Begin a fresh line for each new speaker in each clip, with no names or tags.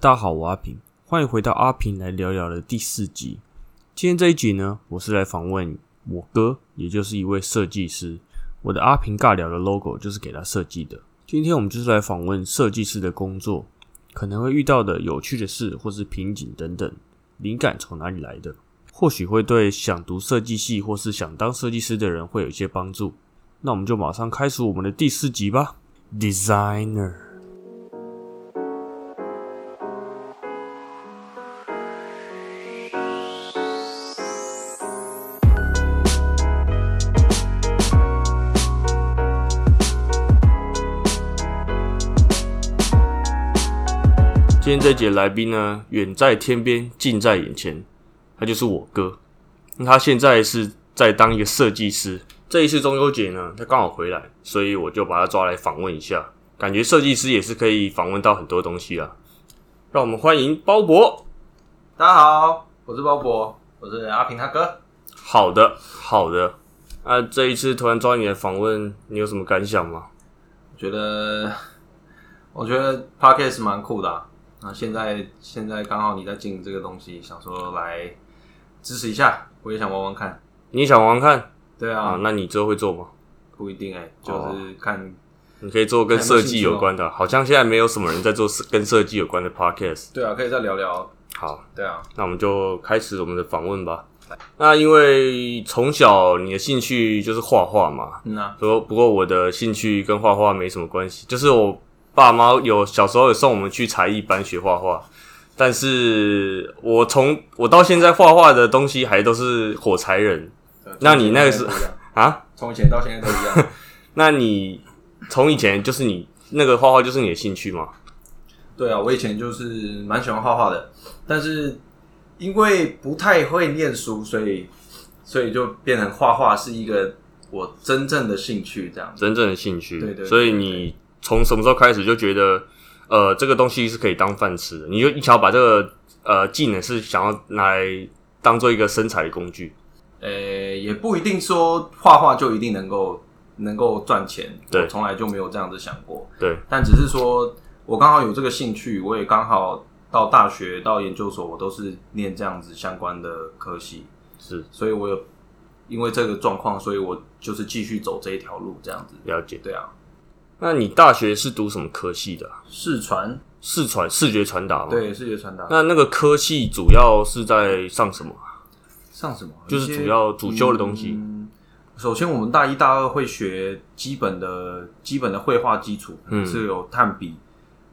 大家好，我阿平，欢迎回到阿平来聊聊的第四集。今天这一集呢，我是来访问我哥，也就是一位设计师。我的阿平尬聊的 logo 就是给他设计的。今天我们就是来访问设计师的工作，可能会遇到的有趣的事，或是瓶颈等等，灵感从哪里来的，或许会对想读设计系或是想当设计师的人会有一些帮助。那我们就马上开始我们的第四集吧，Designer。今天这节来宾呢，远在天边，近在眼前，他就是我哥。那他现在是在当一个设计师。这一次中秋节呢，他刚好回来，所以我就把他抓来访问一下。感觉设计师也是可以访问到很多东西啦。让我们欢迎鲍勃。
大家好，我是鲍勃，我是阿平他哥。
好的，好的。那、这一次突然抓你来访问，你有什么感想吗？
我觉得， 我觉得 podcast 蛮酷的啊。那现在现在刚好你在经营这个东西，想说来支持一下，我也想玩玩看。
你也想玩玩看
对
啊
啊，？
那你之后会做吗？
不一定哎、
哦
就是看。
你可以做跟设计有关的，好像现在没有什么人在做跟设计有关的 podcast。
对啊，可以再聊聊。
好，
对啊，
那我们就开始我们的访问吧。那因为从小你的兴趣就是画画嘛，
嗯啊，
不过不过我的兴趣跟画画没什么关系，就是我爸妈有小时候有送我们去才艺班学画画，但是我从我到现在画画的东西还都是火柴人
对啊
那你那个是
从以前到现在
啊，
都一样从以前到现在都一样。
那你从以前就是你那个画画就是你的兴趣嘛？
对啊，我以前就是蛮喜欢画画的，但是因为不太会念书，所以所以就变成画画是一个我真正的兴趣这样子。
真正的兴趣。
对对对
所以你从什么时候开始就觉得，呃，这个东西是可以当饭吃的？你就你想要把这个呃技能是想要拿来当做一个生财工具。
呃、也不一定说画画就一定能够能够赚钱，
对
我从来就没有这样子想过。
对，
但只是说我刚好有这个兴趣，我也刚好到大学到研究所，我都是念这样子相关的科系，
是
所以我有因为这个状况，所以我就是继续走这一条路这样子。
了解。
对啊，
那你大学是读什么科系的啊？
视传
视传视觉传达吗？。
对视觉传达。
哦那那个科系主要是在上什么啊？
上什么？
就是
一些
主要主修的东西
嗯首先，我们大一、大二会学基本的、基本的绘画基础，
嗯
是有炭笔、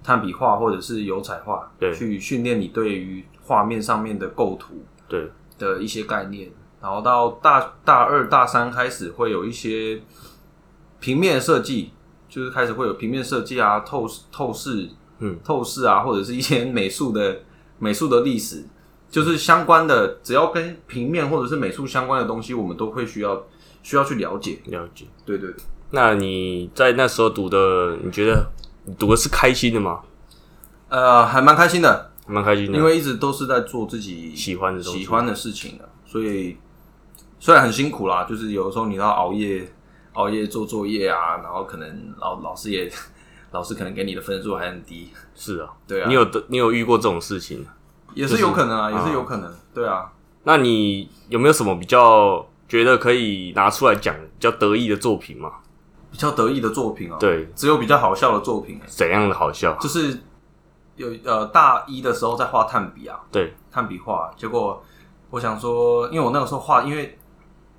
炭笔画或者是油彩画，
对
去训练你对于画面上面的构图
对，
的一些概念。然后到大大二、大三开始会有一些平面设计，就是开始会有平面设计啊、透视透视
嗯，
透视啊，或者是一些美术的 美术的历史，就是相关的，只要跟平面或者是美术相关的东西，我们都会需要需要去了解。
了解。
对对对，
那你在那时候读的，你觉得你读的是开心的吗？
呃，还蛮开心的，
蛮开心的，
因为一直都是在做自己
嗯喜欢的东西
喜欢的事情的，所以虽然很辛苦啦，就是有的时候你要熬夜熬夜做作业啊，然后可能老老师也 老师可能给你的分数还很低，
是啊。
对啊，
你有你有遇过这种事情？
也是有可能啊，
就是
也是有可能，对啊。
那你有没有什么比较觉得可以拿出来讲比较得意的作品吗？
比较得意的作品哦、，
对，
只有比较好笑的作品、欸，
怎样的好笑？
就是有呃大一的时候在画炭笔啊，
对，
炭笔画，结果我想说，因为我那个时候画，因为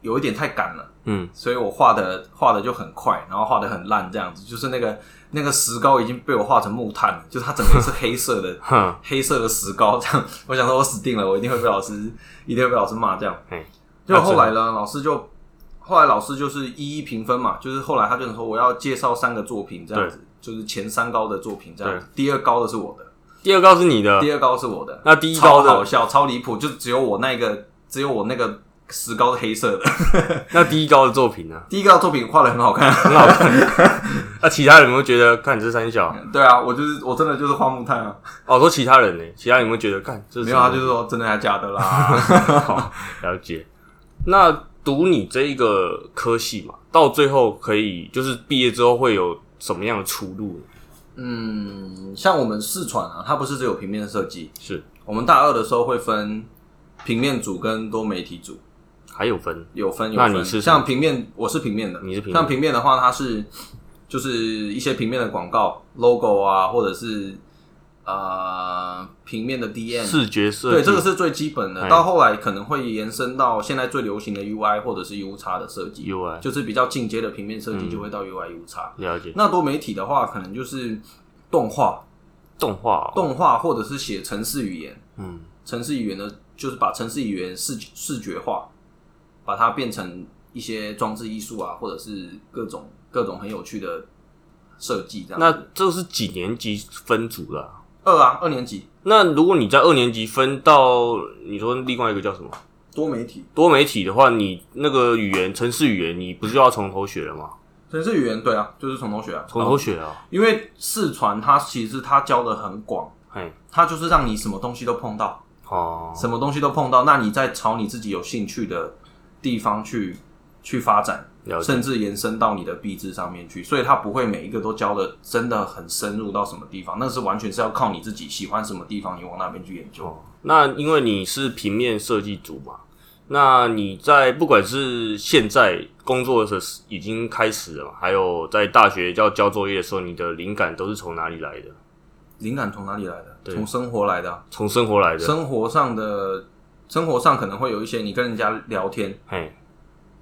有一点太赶了，
嗯，。
所以我画的画的就很快，然后画的很烂，这样子，就是那个那个石膏已经被我画成木炭了，就是它整个是黑色的
哼，
黑色的石膏，这样我想说，我死定了，我一定会被老师，一定会被老师骂这样
嘿。
结果后来呢，老师就后来老师就是一一评分嘛，就是后来他就是说我要介绍三个作品这样子，就是前三高的作品这样子，第二高的是我的，
第二高是你的，
第二高是我的，
那第一高
超好
的，
笑，超离谱，就只有我那个，只有我那个石膏是黑色的。
那第一高的作品呢？
第一个作品画的很好看，
很好看。 那其他人有没有觉得看这三小？
对啊，我就是我真的就是画木炭啊，
哦，我说其他人呢？其他人有没有觉得看这
没
什
有
么
啊，就是说真的还假的啦。
了解。那读你这一个科系嘛，到最后可以就是毕业之后会有什么样的出路呢？
嗯， 像我们四传啊，它不是只有平面设计，
是
我们大二的时候会分平面组跟多媒体组，
还有分
有分有
那
分。
你是什么
像平面，我是平面的，
你是平面
像平面的话，它是就是一些平面的广告 logo 啊，或者是呃平面的 DM，
视觉设计，
对，这个是最基本的。
哎
到后来可能会延伸到现在最流行的 UI 或者是 U 叉的设计，
UI
就是比较进阶的平面设计就会到 UI U 叉。
了解
那多媒体的话，可能就是动画、
动画、哦，
动画或者是写程式语言。
嗯，
城市语言呢，就是把城市语言视视觉化，把它变成一些装置艺术啊，或者是各种各种很有趣的设计这样
那
子。
这是几年级分组的啊、
二啊，二年级
那如果你在二年级分到你说另外一个叫什么
多媒体
多媒体的话，你那个语言城市语言，你不是就要从头学了吗？
城市语言，对啊，就是从头学啊，
从头学啊，
因为四传它其实它教的很广，
嘿，
它就是让你什么东西都碰到，
哦，
什么东西都碰到，那你再朝你自己有兴趣的地方去去发展。
了解，
甚至延伸到你的壁纸上面去，所以它不会每一个都教的真的很深入到什么地方，那是完全是要靠你自己喜欢什么地方，你往那边去研究。
哦，那因为你是平面设计组嘛，那你在不管是现在工作的时候已经开始了嘛，还有在大学要交作业的时候，你的灵感都是从哪里来的？
灵感从哪里来的？
对
从生活来的啊、
从生活来的，
生活上的，生活上可能会有一些你跟人家聊天，
嘿，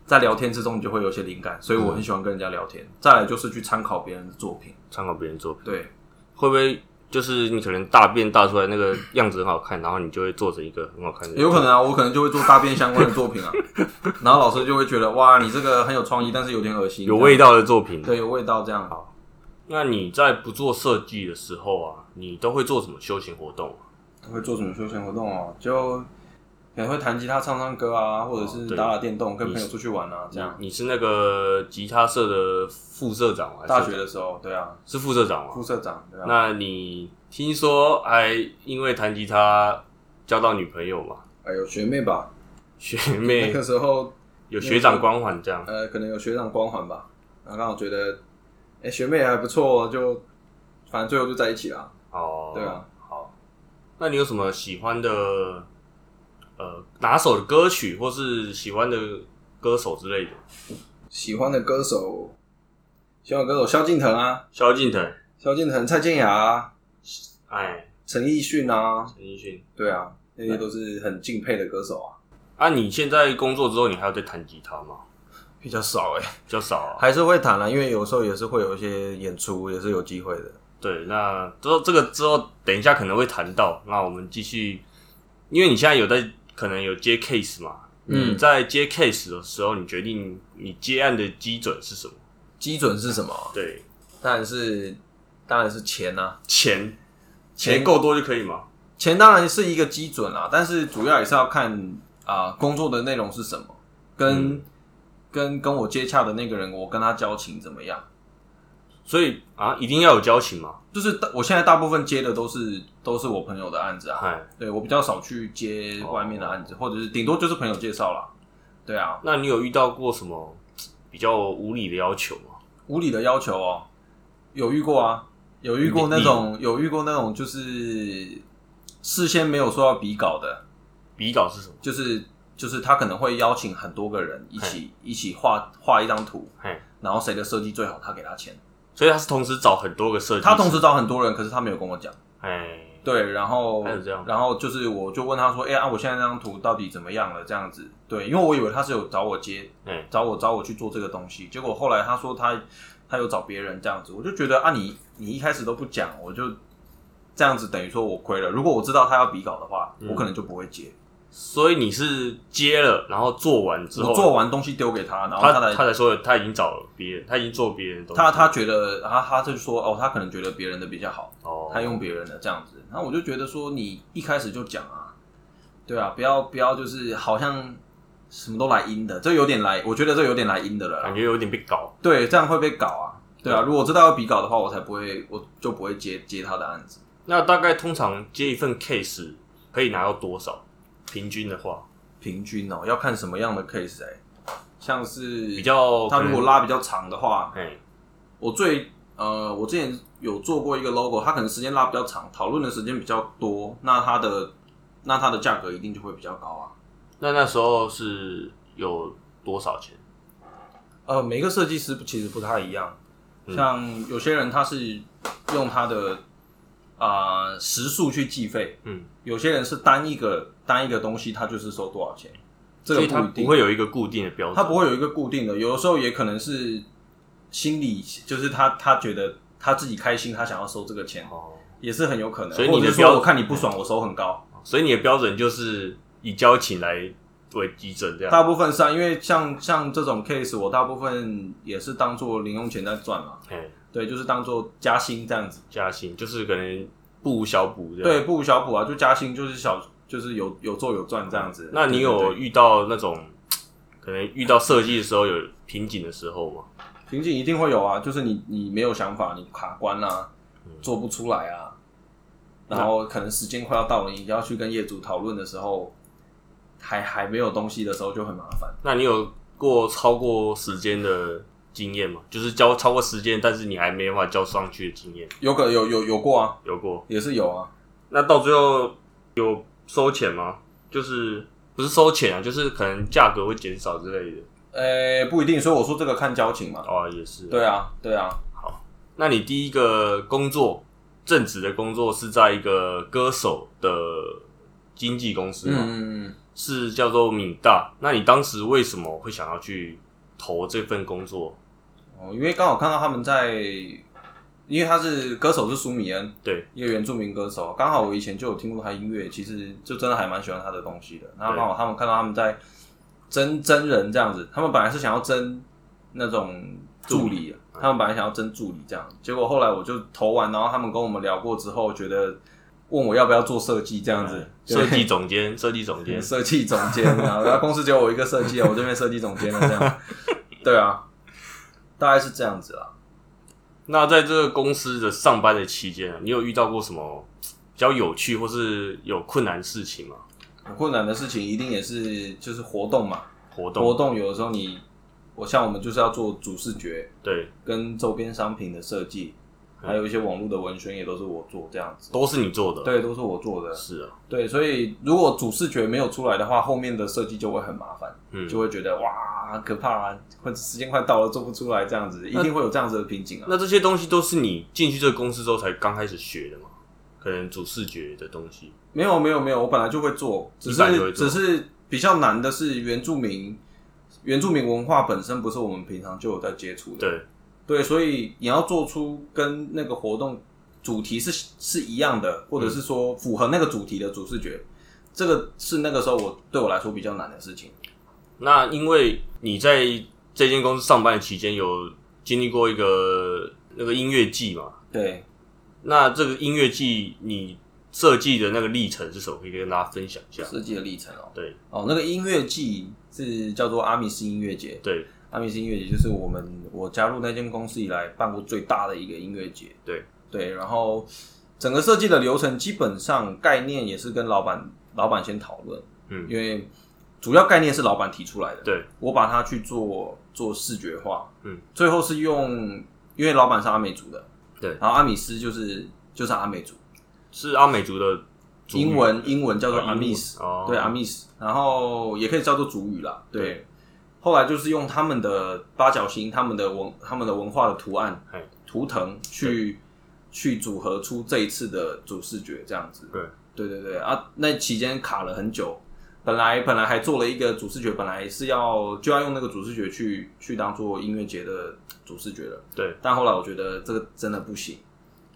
在聊天之中你就会有一些灵感，所以我很喜欢跟人家聊天。再来就是去参考别人的作品，
参考别人作品，
对，
会不会就是你可能大便大出来那个样子很好看，然后你就会做成一个很好看的，
有可能啊，我可能就会做大便相关的 作品啊，然后老师就会觉得哇，你这个很有创意，但是有点恶心，
有味
道，
道的作品。
对，有味道这样。
那你在不做设计的时候啊，你都会做什么休闲活动啊？
会做什么休闲活动哦？就可能会弹吉他、唱唱歌啊，或者是
哦对
打打电动，跟朋友出去玩啊，这样。
你是那个吉他社的副社长吗？还是
大学的时候，对啊，
是副社长吗？
副社长，对啊，
那你听说还因为弹吉他交到女朋友嘛？
哎，有学妹吧？
学
那
妹
个时候，
有学长光环这样，
呃，可能有学长光环吧，然后刚好觉得，哎，学妹还不错，就反正最后就在一起啦，
哦，
对啊。
好，那你有什么喜欢的呃拿手的歌曲，或是喜欢的歌手之类的？
喜欢的歌手，喜欢的歌手萧敬腾啊，
萧敬腾，
萧敬腾、蔡健雅啊，
哎，
陈奕迅啊，
陈奕迅。
对啊，那些都是很敬佩的歌手啊，
啊，你现在工作之后，你还有在弹吉他吗？
比较少哎。
比较少啊。
还是会谈啦，因为有时候也是会有一些演出，也是有机会的。
对，那之后这个之后，等一下可能会谈到。那我们继续，因为你现在有在可能有接 case 嘛？
嗯
你在接 case 的时候，你决定你接案的基准是什么？
基准是什么？
对，
当然是，当然是钱啊，
钱
钱
钱够多就可以吗？
钱当然是一个基准啦，但是主要也是要看啊、工作的内容是什么，跟、跟跟我接洽的那个人，我跟他交情怎么样。
所以啊，一定要有交情嘛。
就是大我现在大部分接的都是都是我朋友的案子啊，
哎，
对我比较少去接
哦
外面的案子，或者是顶多就是朋友介绍啦。对啊，
那你有遇到过什么比较无理的要求吗？
无理的要求哦，有遇过啊，有遇过那种，有遇过那种，就是事先没有说要比稿的，
比稿是什么？
就是就是他可能会邀请很多个人一起一起画画一张图，
嘿，
然后谁的设计最好，他给他钱。
所以他是同时找很多个设计师，
他同时找很多人，可是他没有跟我讲。
哎，
对，然后
还有这样
然后就是我就问他说，哎、啊，我现在那张图到底怎么样了？这样子，对，因为我以为他是有找我接，
哎，
找我找我去做这个东西，结果后来他说他他有找别人这样子，我就觉得啊你你一开始都不讲，我就这样子等于说我亏了。如果我知道他要比稿的话，
嗯
我可能就不会接。
所以你是接了，然后做完之后，
我做完东西丢给他，然后
他
来
他才说他已经找了别人，他已经做别人的东西。
他他觉得他他就说哦，他可能觉得别人的比较好，
哦，
他用别人的这样子，那我就觉得说你一开始就讲啊，对啊，不要不要就是好像什么都来阴的，这有点来，我觉得这有点来阴的了啦
感觉有点被搞。
对，这样会被搞啊。对啊，如果知道要比稿的话，我才不会，我就不会接接他的案子。
那大概通常接一份 case 可以拿到多少？平均的话，
平均哦，要看什么样的 case 哎、像是
比较
他
可能
如果拉比较长的话，
哎
我最呃，我之前有做过一个 logo，它可能时间拉比较长，讨论的时间比较多，那它的那它的价格一定就会比较高啊。
那那时候是有多少钱？
呃，每个设计师其实不太一样，
嗯
像有些人他是用他的啊、呃时数去计费，
嗯，
有些人是单一个单一个东西，他就是收多少钱，这
所
个
以它
不一定
不会有一个固定的标准，
他不会有一个固定的，有的时候也可能是心理，就是他他觉得他自己开心，他想要收这个钱，
哦。
也是很有可能。
所以你的
或者是
标嗯
说我看你不爽，我收很高。
所以你的标准就是以交情来为基准，这样。
大部分是啊，因为像像这种 case，我大部分也是当做零用钱在赚嘛，
哎，
对，就是当做加薪这样子。
加薪就是可能不无小补这样。
对，不无小补啊，就加薪就是小，就是有有做有赚这样子。
那你
对
有
对对
遇到那种可能遇到设计的时候有瓶颈的时候吗？
瓶颈一定会有啊，就是你你没有想法，你卡关啊，
嗯
做不出来啊，然后可能时间快要到了，你要去跟业主讨论的时候，还还没有东西的时候就很麻烦。
那你有过超过时间的经验吗？就是交超过时间，但是你还没办法交上去的经验
有个有有有过啊，
有过？
也是有啊，
那到最后有收钱吗？就是不是收钱啊，就是可能价格会减少之类的。
呃，不一定，所以我说这个看交情嘛。
哦，也是。
对啊，对啊，
那你第一个工作正职的工作是在一个歌手的经纪公司吗？
嗯，
是叫做米大。那你当时为什么会想要去投这份工作？
哦，因为刚好看到他们在，因为他是歌手是苏米恩，
对，
一个原住民歌手，刚好我以前就有听过他音乐，其实就真的还蛮喜欢他的东西的。然后刚好他们看到他们在真真人这样子，他们本来是想要争那种助理，啊
嗯
他们本来想要争助理这样，结果后来我就投完，然后他们跟我们聊过之后，觉得问我要不要做设计这样子，
嗯设计总监，设计总监。
设计总监啊，然后公司只有我一个设计啊，我这边设计总监了这 样，对啊，大概是这样子啊啦。
那在这个公司的上班的期间啊，你有遇到过什么比较有趣或是有困难的事情吗？
很困难的事情一定也是就是活动嘛，
活动？
活动有的时候你，我像我们就是要做主视觉
对，
跟周边商品的设计，
嗯
还有一些网络的文宣也都是我做这样子。
都是你做的。，
对，都是我做的。
是啊，
对，所以如果主视觉没有出来的话，后面的设计就会很麻烦，
嗯，
就会觉得哇可怕、啊，快时间快到了做不出来这样子，一定会有这样子的瓶颈啊。
那这些东西都是你进去这个公司之后才刚开始学的嘛？可能主视觉的东西，
没有没有没有，我本来就会做，只
你本来就会
是
做
只是比较难的是原住民，原住民文化本身不是我们平常就有在接触的。
对，
对，所以你要做出跟那个活动主题是是一样的，或者是说符合那个主题的主视觉，这个是那个时候我对我来说比较难的事情。
那因为你在这间公司上班的期间，有经历过一个那个音乐季嘛？
对，
那这个音乐季你设计的那个历程是什么？可以跟大家分享一下。
设计的历程哦。
啊对
哦，那个音乐季是叫做阿米斯音乐节，
对
阿米斯音乐节就是我们我加入那间公司以来办过最大的一个音乐节。
对
对，然后整个设计的流程基本上概念也是跟老板老板先讨论，
嗯
因为主要概念是老板提出来的。
对，
我把它去做做视觉化，
嗯，
最后是用，因为老板是阿美族的，
对
然后阿米斯就是就是阿美族，
是阿美族的族语
英文英文叫做
哦英
阿
文
米斯，
哦，
对啊阿米斯，然后也可以叫做族语啦，对。后来就是用他们的八角星、他们的文、他们的文化的图案
嘿、
图腾去去组合出这一次的主视觉，这样子。
对，
对对对啊！那期间卡了很久，本来本来还做了一个主视觉，本来是要就要用那个主视觉去去当做音乐节的主视觉了，
对
但后来我觉得这个真的不行，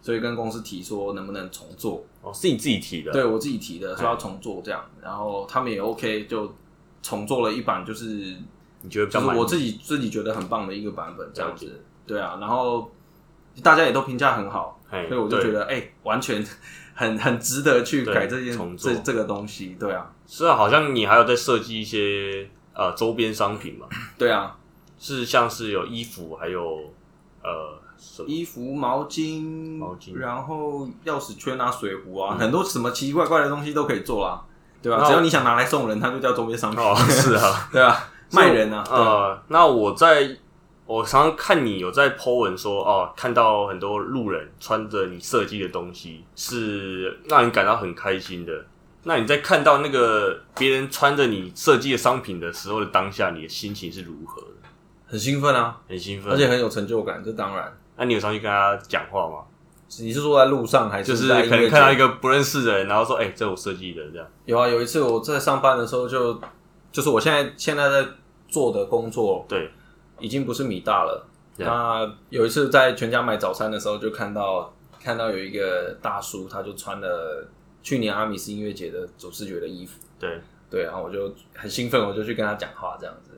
所以跟公司提说能不能重做。
哦，是你自己提的。
对我自己提的，说要重做这样，然后他们也 OK，就重做了一版，就是
你觉得比较
就是
满意
我自己自己觉得很棒的一个版本这样
了
子。对啊，然后大家也都评价很好，
嘿
所以我就觉
对
得哎、完全 很很值得去
对
改这件
重做
这这个东西。对啊，
是啊，好像你还有在设计一些呃周边商品嘛，
对啊，
是像是有衣服，还有呃什么
衣服、毛巾、
毛巾嗯
然后钥匙圈啊、水壶啊，很多什么奇奇怪怪的东西都可以做啦。对啊，
那哦
只要你想拿来送人，它就叫周边商品。
哦，是啊。
对啊，卖人啊，
呃，那我在我常常看你有在 po 文说哦，看到很多路人穿着你设计的东西，是让你感到很开心的。那你在看到那个别人穿着你设计的商品的时候的当下，你的心情是如何的？
很兴奋啊，
很兴奋，
而且很有成就感，这当然。
那你有上去跟他讲话吗？
你是说在路上还
就是是
在
可
音乐
能
节
看到一个不认识的人，然后说：“哎、这我设计的。”这样，
有啊，有一次我在上班的时候就，就是我现在现在在做的工作
对，
已经不是米大了。
对
那有一次在全家买早餐的时候，就看到看到有一个大叔，他就穿了去年阿米斯音乐节的主视觉的衣服，
对。
对，然后我就很兴奋，我就去跟他讲话，这样子，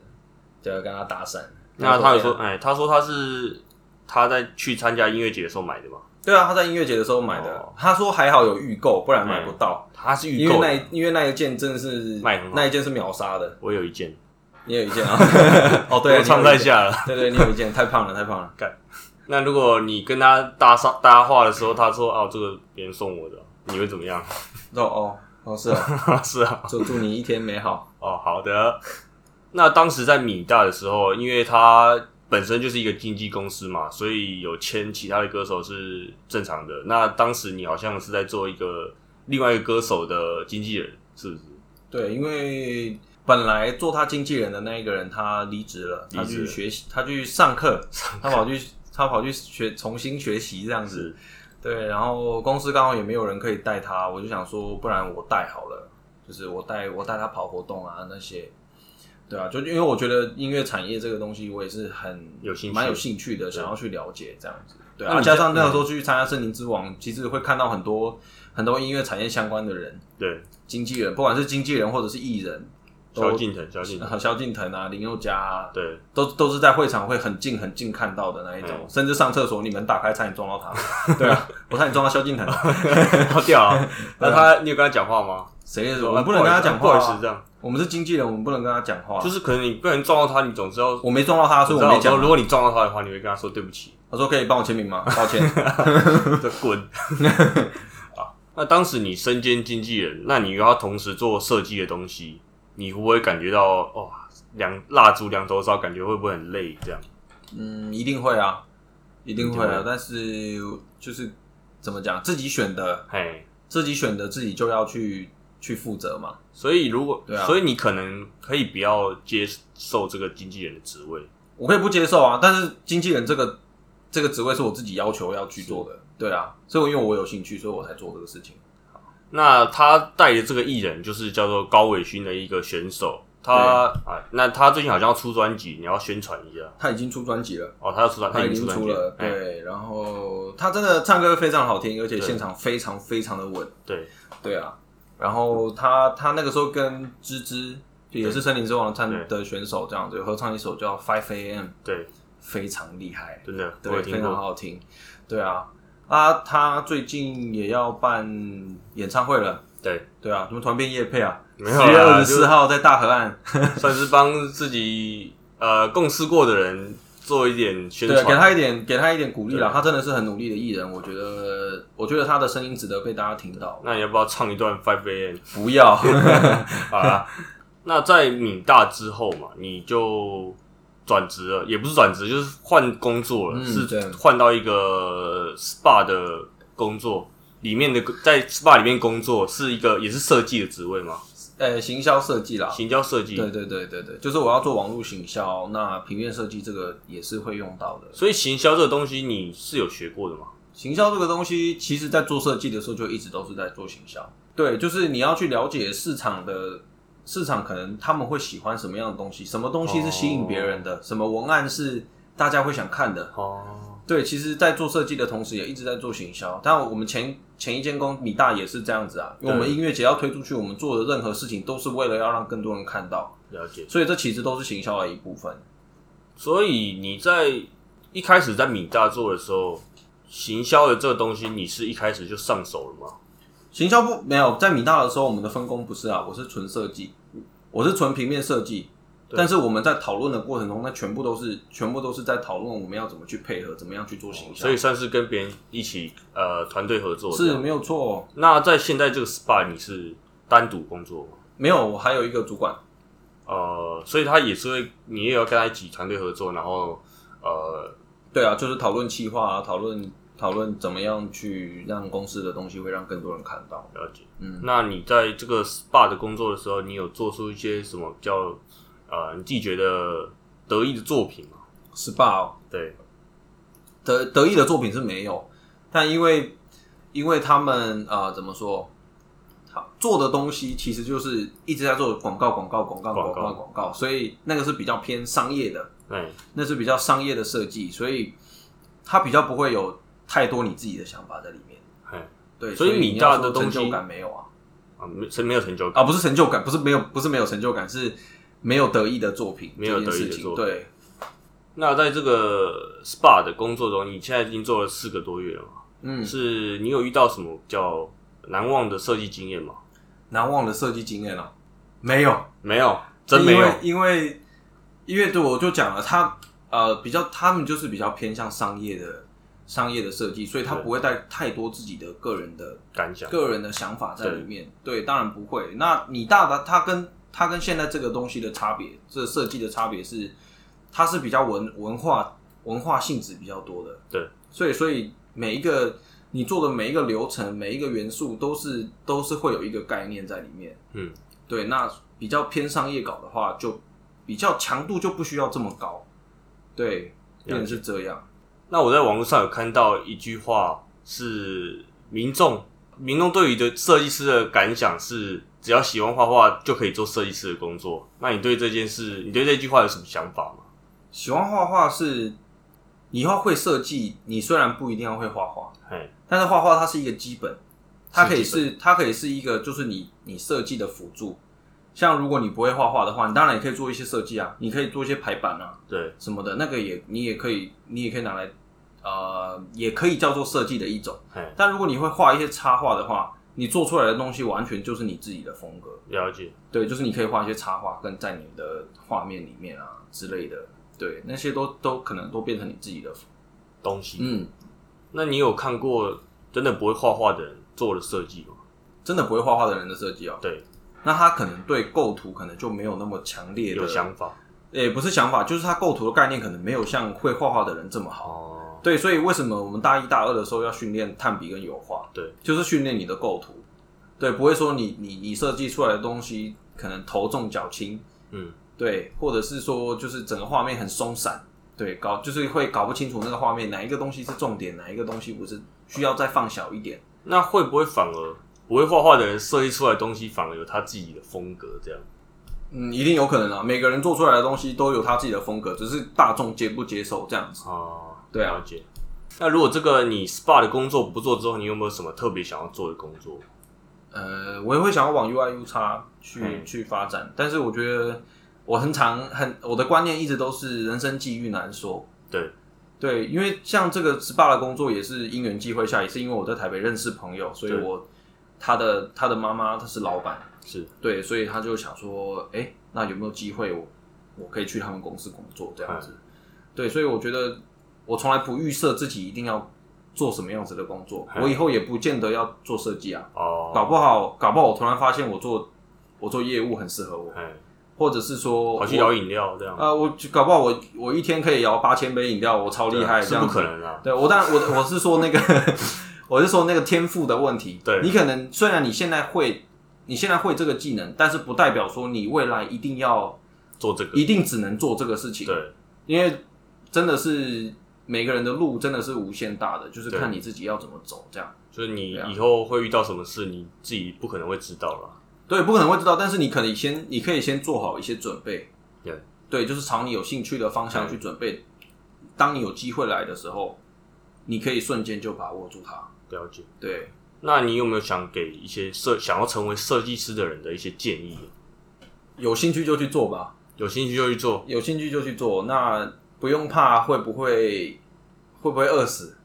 就要跟他搭讪。
那他有说：“
哎
哎、他说他是他在去参加音乐节的时候买的嘛？
对啊，他在音乐节的时候买的，
哦
他说还好有预购，不然买不到。
他是预
因为
购
那
的，
一因为那一件真的是
卖很好
那一件是秒杀的，
我有一件，
你有一件啊？ 哦，对
我
啊，你有
唱
一
太
件
下了。
对对，你有一件太胖了，太胖了。
那如果你跟他搭上搭话的时候，他说：‘哦，这个别人送我的，你会怎么 样
哦哦哦，是啊，？’
是啊，
祝祝你一天美好。
哦，好的。那当时在米大的时候，因为他本身就是一个经纪公司嘛，所以有签其他的歌手是正常的。那当时你好像是在做一个另外一个歌手的经纪人，是不是？
对，因为本来做他经纪人的那一个人他离职了，他
离职
去
了
学习，他去上课，他跑去他跑去学重新学习这样子。
是
对，然后公司刚好也没有人可以带他，我就想说，不然我带好了，就是我带我带他跑活动啊那些。对啊，就因为我觉得音乐产业这个东西，我也是很
有兴趣
蛮有兴趣的，想要去了解这样子。对
那
啊，
你嗯
加上那个时候去参加森林之王，其实会看到很多很多音乐产业相关的人，
对，
经纪人，不管是经纪人或者是艺人，
萧
都
敬腾，萧 敬腾，
呃萧敬腾啊、林宥嘉啊，
对，
都都是在会场会很近很近看到的那一种，
嗯
甚至上厕所你门打开差点撞到他， 对啊，我差点撞到萧敬腾，
好屌 啊！那他，你有跟他讲话吗？
谁也是，
说
我们不能跟他讲
不
话
好意思不好意思，
啊，
这样
我们是经纪人，我们不能跟他讲话，啊
就是是可能你不能撞到他，你总是要。
我没撞到他，所以
你
我
知道
没
时候
讲
如
啊。
果你撞到他的话，你会跟他说对不 起。
他说可以帮我签名吗？ 抱歉，
就滚 啊！那当时你身兼经纪人，那你又要同时做设计的东西，你会不会感觉到哇，两蜡烛两头烧，感觉会不会很累？这样
嗯，一定会啊，一定会
一定
啊
会，
但是就是怎么讲，自己选的，
嘿，
自己选的，自己就要去去负责嘛。
所以如果、
对啊
所以你可能可以不要接受这个经纪人的职位，
我可以不接受啊，但是经纪人这个这个职位是我自己要求要去做的，对啊，所以我因为我有兴趣，所以我才做这个事情。
那他带的这个艺人就是叫做高伟勋的一个选手，他啊，那他最近好像要出专辑，你要宣传一下
他已经出专辑了，
哦，他要出专，
他
已
已
经
经
出专
出
辑哎
了，
嘿
对，然后他真的唱歌非常好听，而且
对
现场非常非常的稳，
对
对啊，然后他他那个时候跟芝芝就也是森林之王的唱
对
的选手这样子合唱一首叫《Five A.M.》，
对，
非常厉害，
真的我
对，
有
非
听
常
过，
好听，对啊，啊，他最近也要办演唱会了。
对，
对啊，怎么突然变夜配啊？
没有
十月
啦
二十四号在大河岸，
算是帮自己呃共事过的人做一点宣
对，啊
传，
给他一点给他一点鼓励啦。
对啊
他真的是很努力的艺人，我觉得，我觉得他的声音值得被大家听到。
那你要不要唱一段 Five A.M.
不要，
好啦， 那在米大之后嘛，你就转职了，也不是转职，就是换工作了，
嗯对
是换到一个 SPA 的工作，里面的在 SPA 里面工作是一个也是设计的职位嘛，
呃，行销设计啦，
行销设计。
对对对对对，就是我要做网络行销，那平面设计这个也是会用到的。
所以行销这个东西你是有学过的嘛？
行销这个东西，其实在做设计的时候就一直都是在做行销。对，就是你要去了解市场的市场，可能他们会喜欢什么样的东西，什么东西是吸引别人的，什么文案是大家会想看的。
哦，
对，其实，在做设计的同时，也一直在做行销。但我们前前一间公米大也是这样子啊，因为我们
对
音乐节要推出去，我们做的任何事情都是为了要让更多人看到，
了解。
所以这其实都是行销的一部分。
所以你在一开始在米大做的时候，行销的这个东西，你是一开始就上手了吗？
行销部没有在米大的时候，我们的分工不是啊，我是纯设计，我是纯平面设计。
对
但是我们在讨论的过程中，那全部都是全部都是在讨论我们要怎么去配合，怎么样去做行销，
哦所以算是跟别人一起呃团队合作这
是
样。
没有错。哦
那在现在这个 SPA 你是单独工作吗？
没有，我还有一个主管，
呃，所以他也是会，你也要跟他一起团队合作，然后呃，
对啊，就是讨论企划啊，讨论讨论怎么样去让公司的东西会让更多人看到。
了解。
嗯，
那你在这个 SPA 的工作的时候，你有做出一些什么比较呃你自己觉得得意的作品吗？
SPA 哦
对，
德德意的作品是没有，但因为因为他们啊、呃怎么说，他做的东西其实就是一直在做广告、广告、广告、
广告
广告、广告，所以那个是比较偏商业的，
哎，
那是比较商业的设计，所以它比较不会有太多你自己的想法在里面。
哎，
对，
所以
所
你
你要
大的
说
东西
成就感没有啊？
啊，没是没有成就感。
啊，不是成就感，不是没有，不是没有成就感，是没有得意的作品，
没有
这件事
得意的
情
作品
对，
那在这个 SPA 的工作中，你现在已经做了四个多月了嘛？
嗯，
是你有遇到什么比较难忘的设计经验吗？
难忘的设计经验啊，没有，
没有，真没有。
因为因为因为对我就讲了，他呃比较他们就是比较偏向商业的商业的设计，所以他
对
不会带太多自己的个人的
感想
个人的想法在里面。对，当然不会。那你大的它跟它跟现在这个东西的差别，这设计的差别是，它是比较文文化文化性质比较多的。
对，
所以所以每一个你做的每一个流程，每一个元素都是都是会有一个概念在里面。
嗯，
对。那比较偏商业稿的话，就比较强度就不需要这么高。对，变成是这样。
那我在网络上有看到一句话是民众，民众对于的设计师的感想是，只要喜欢画画就可以做设计师的工作。那你对这件事，你对这句话有什么想法吗？
喜欢画画是，你要会设计，你虽然不一定要会画画，
嘿，
但是画画它是一个基本，它可以
是
是它可以是一个就是你你设计的辅助。像如果你不会画画的话，你当然也可以做一些设计啊，你可以做一些排版啊
对，
什么的，那个也你也可以你也可以拿来，呃，也可以叫做设计的一种。
嘿，
但如果你会画一些插画的话，你做出来的东西完全就是你自己的风格，
了解。
对，就是你可以画一些插画跟在你的画面里面啊之类的，对，那些都都可能都变成你自己的，
东西，
嗯，
那你有看过真的不会画画的人做的设计吗？
真的不会画画的人的设计哦，
对，
那他可能对构图可能就没有那么强烈的
有，想法
也不是想法，就是他构图的概念可能没有像会画画的人这么好。
哦，
对，所以为什么我们大一、大二的时候要训练炭笔跟油画？
对，
就是训练你的构图。对，不会说你你你设计出来的东西可能头重脚轻，
嗯，
对，或者是说就是整个画面很松散，对，搞就是会搞不清楚那个画面哪一个东西是重点，哪一个东西不是，需要再放小一点。
那会不会反而不会画画的人设计出来的东西反而有他自己的风格这样？
嗯，一定有可能啊，每个人做出来的东西都有他自己的风格，只是大众接不接受这样子。
哦，
对啊
了解。那如果这个你 SPA 的工作不做之后，你有没有什么特别想要做的工作？
呃，我也会想要往 UI U 叉去、
嗯
去发展，但是我觉得我很常很我的观念一直都是人生际遇难说。
对
对，因为像这个 SPA 的工作也是因缘际会下，也是因为我在台北认识朋友，所以
对
我他的他的妈妈她是老板，
是
对，所以他就想说，哎、那有没有机会我我可以去他们公司工作这样子？
嗯
对，所以我觉得我从来不预设自己一定要做什么样子的工作，
嗯
我以后也不见得要做设计啊，搞
哦，
不好搞不好我突然发现我做我做业务很适合我，
哎，
或者是说
跑去
我
摇饮料这样，
啊、我搞不好我我一天可以摇八千杯饮料，我超厉害，
是
这
不
样
可
子。
能啊。
对我当然我我是说那个， 我是说那个天赋的问题。
对
你可能虽然你现在会，你现在会这个技能，但是不代表说你未来一定要
做这个，
一定只能做这个事情。，
对
因为真的是每个人的路真的是无限大的，就是
对
看你自己要怎么走这样。
就是你
对啊
以后会遇到什么事，你自己不可能会知道了。
对，不可能会知道，但是你可能先，你可以先做好一些准备。
对，
对，就是朝你有兴趣的方向去准备。当你有机会来的时候，你可以瞬间就把握住它。
了解。
对，
那你有没有想给一些设想要成为设计师的人的一些建议？
有兴趣就去做吧，
有兴趣就去做，
有兴趣就去做，那不用怕会不会会不会饿死。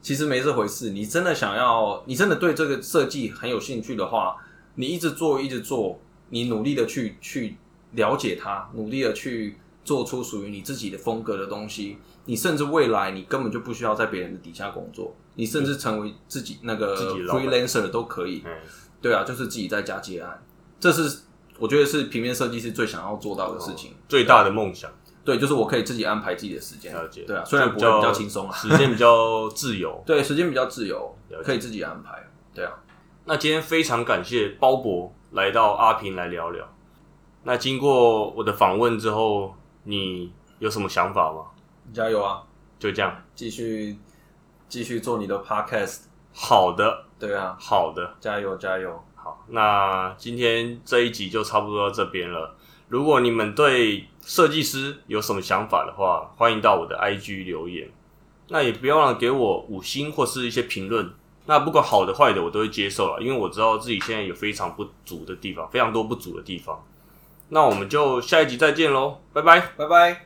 其实没这回事，你真的想要，你真的对这个设计很有兴趣的话，你一直做，一直做，你努力的去去了解它，努力的去做出属于你自己的风格的东西。你甚至未来，你根本就不需要在别人的底下工作，你甚至成为自己那个
自己老板
freelancer 都可以。
哎，
对啊，就是自己在家接案，这是我觉得是平面设计师最想要做到的事情。
最大的梦想。
对，就是我可以自己安排自己的时间。
了解
对啊，虽然
就
不
比
会
较
比较轻松啊，
时间比较自由。
对，时间比较自由
了，解
可以自己安排。对啊，
那今天非常感谢鲍勃来到阿平来聊聊。那经过我的访问之后，你有什么想法吗？
加油啊，
就这样，
继续继续做你的 podcast。
好的，
对啊，
好的。
加油加油！
好，那今天这一集就差不多到这边了。如果你们对设计师有什么想法的话，欢迎到我的 IG 留言。那也不要忘了给我五星或是一些评论。那不管好的坏的，我都会接受了，因为我知道自己现在有非常不足的地方，非常多不足的地方。那我们就下一集再见喽，拜拜。
拜拜。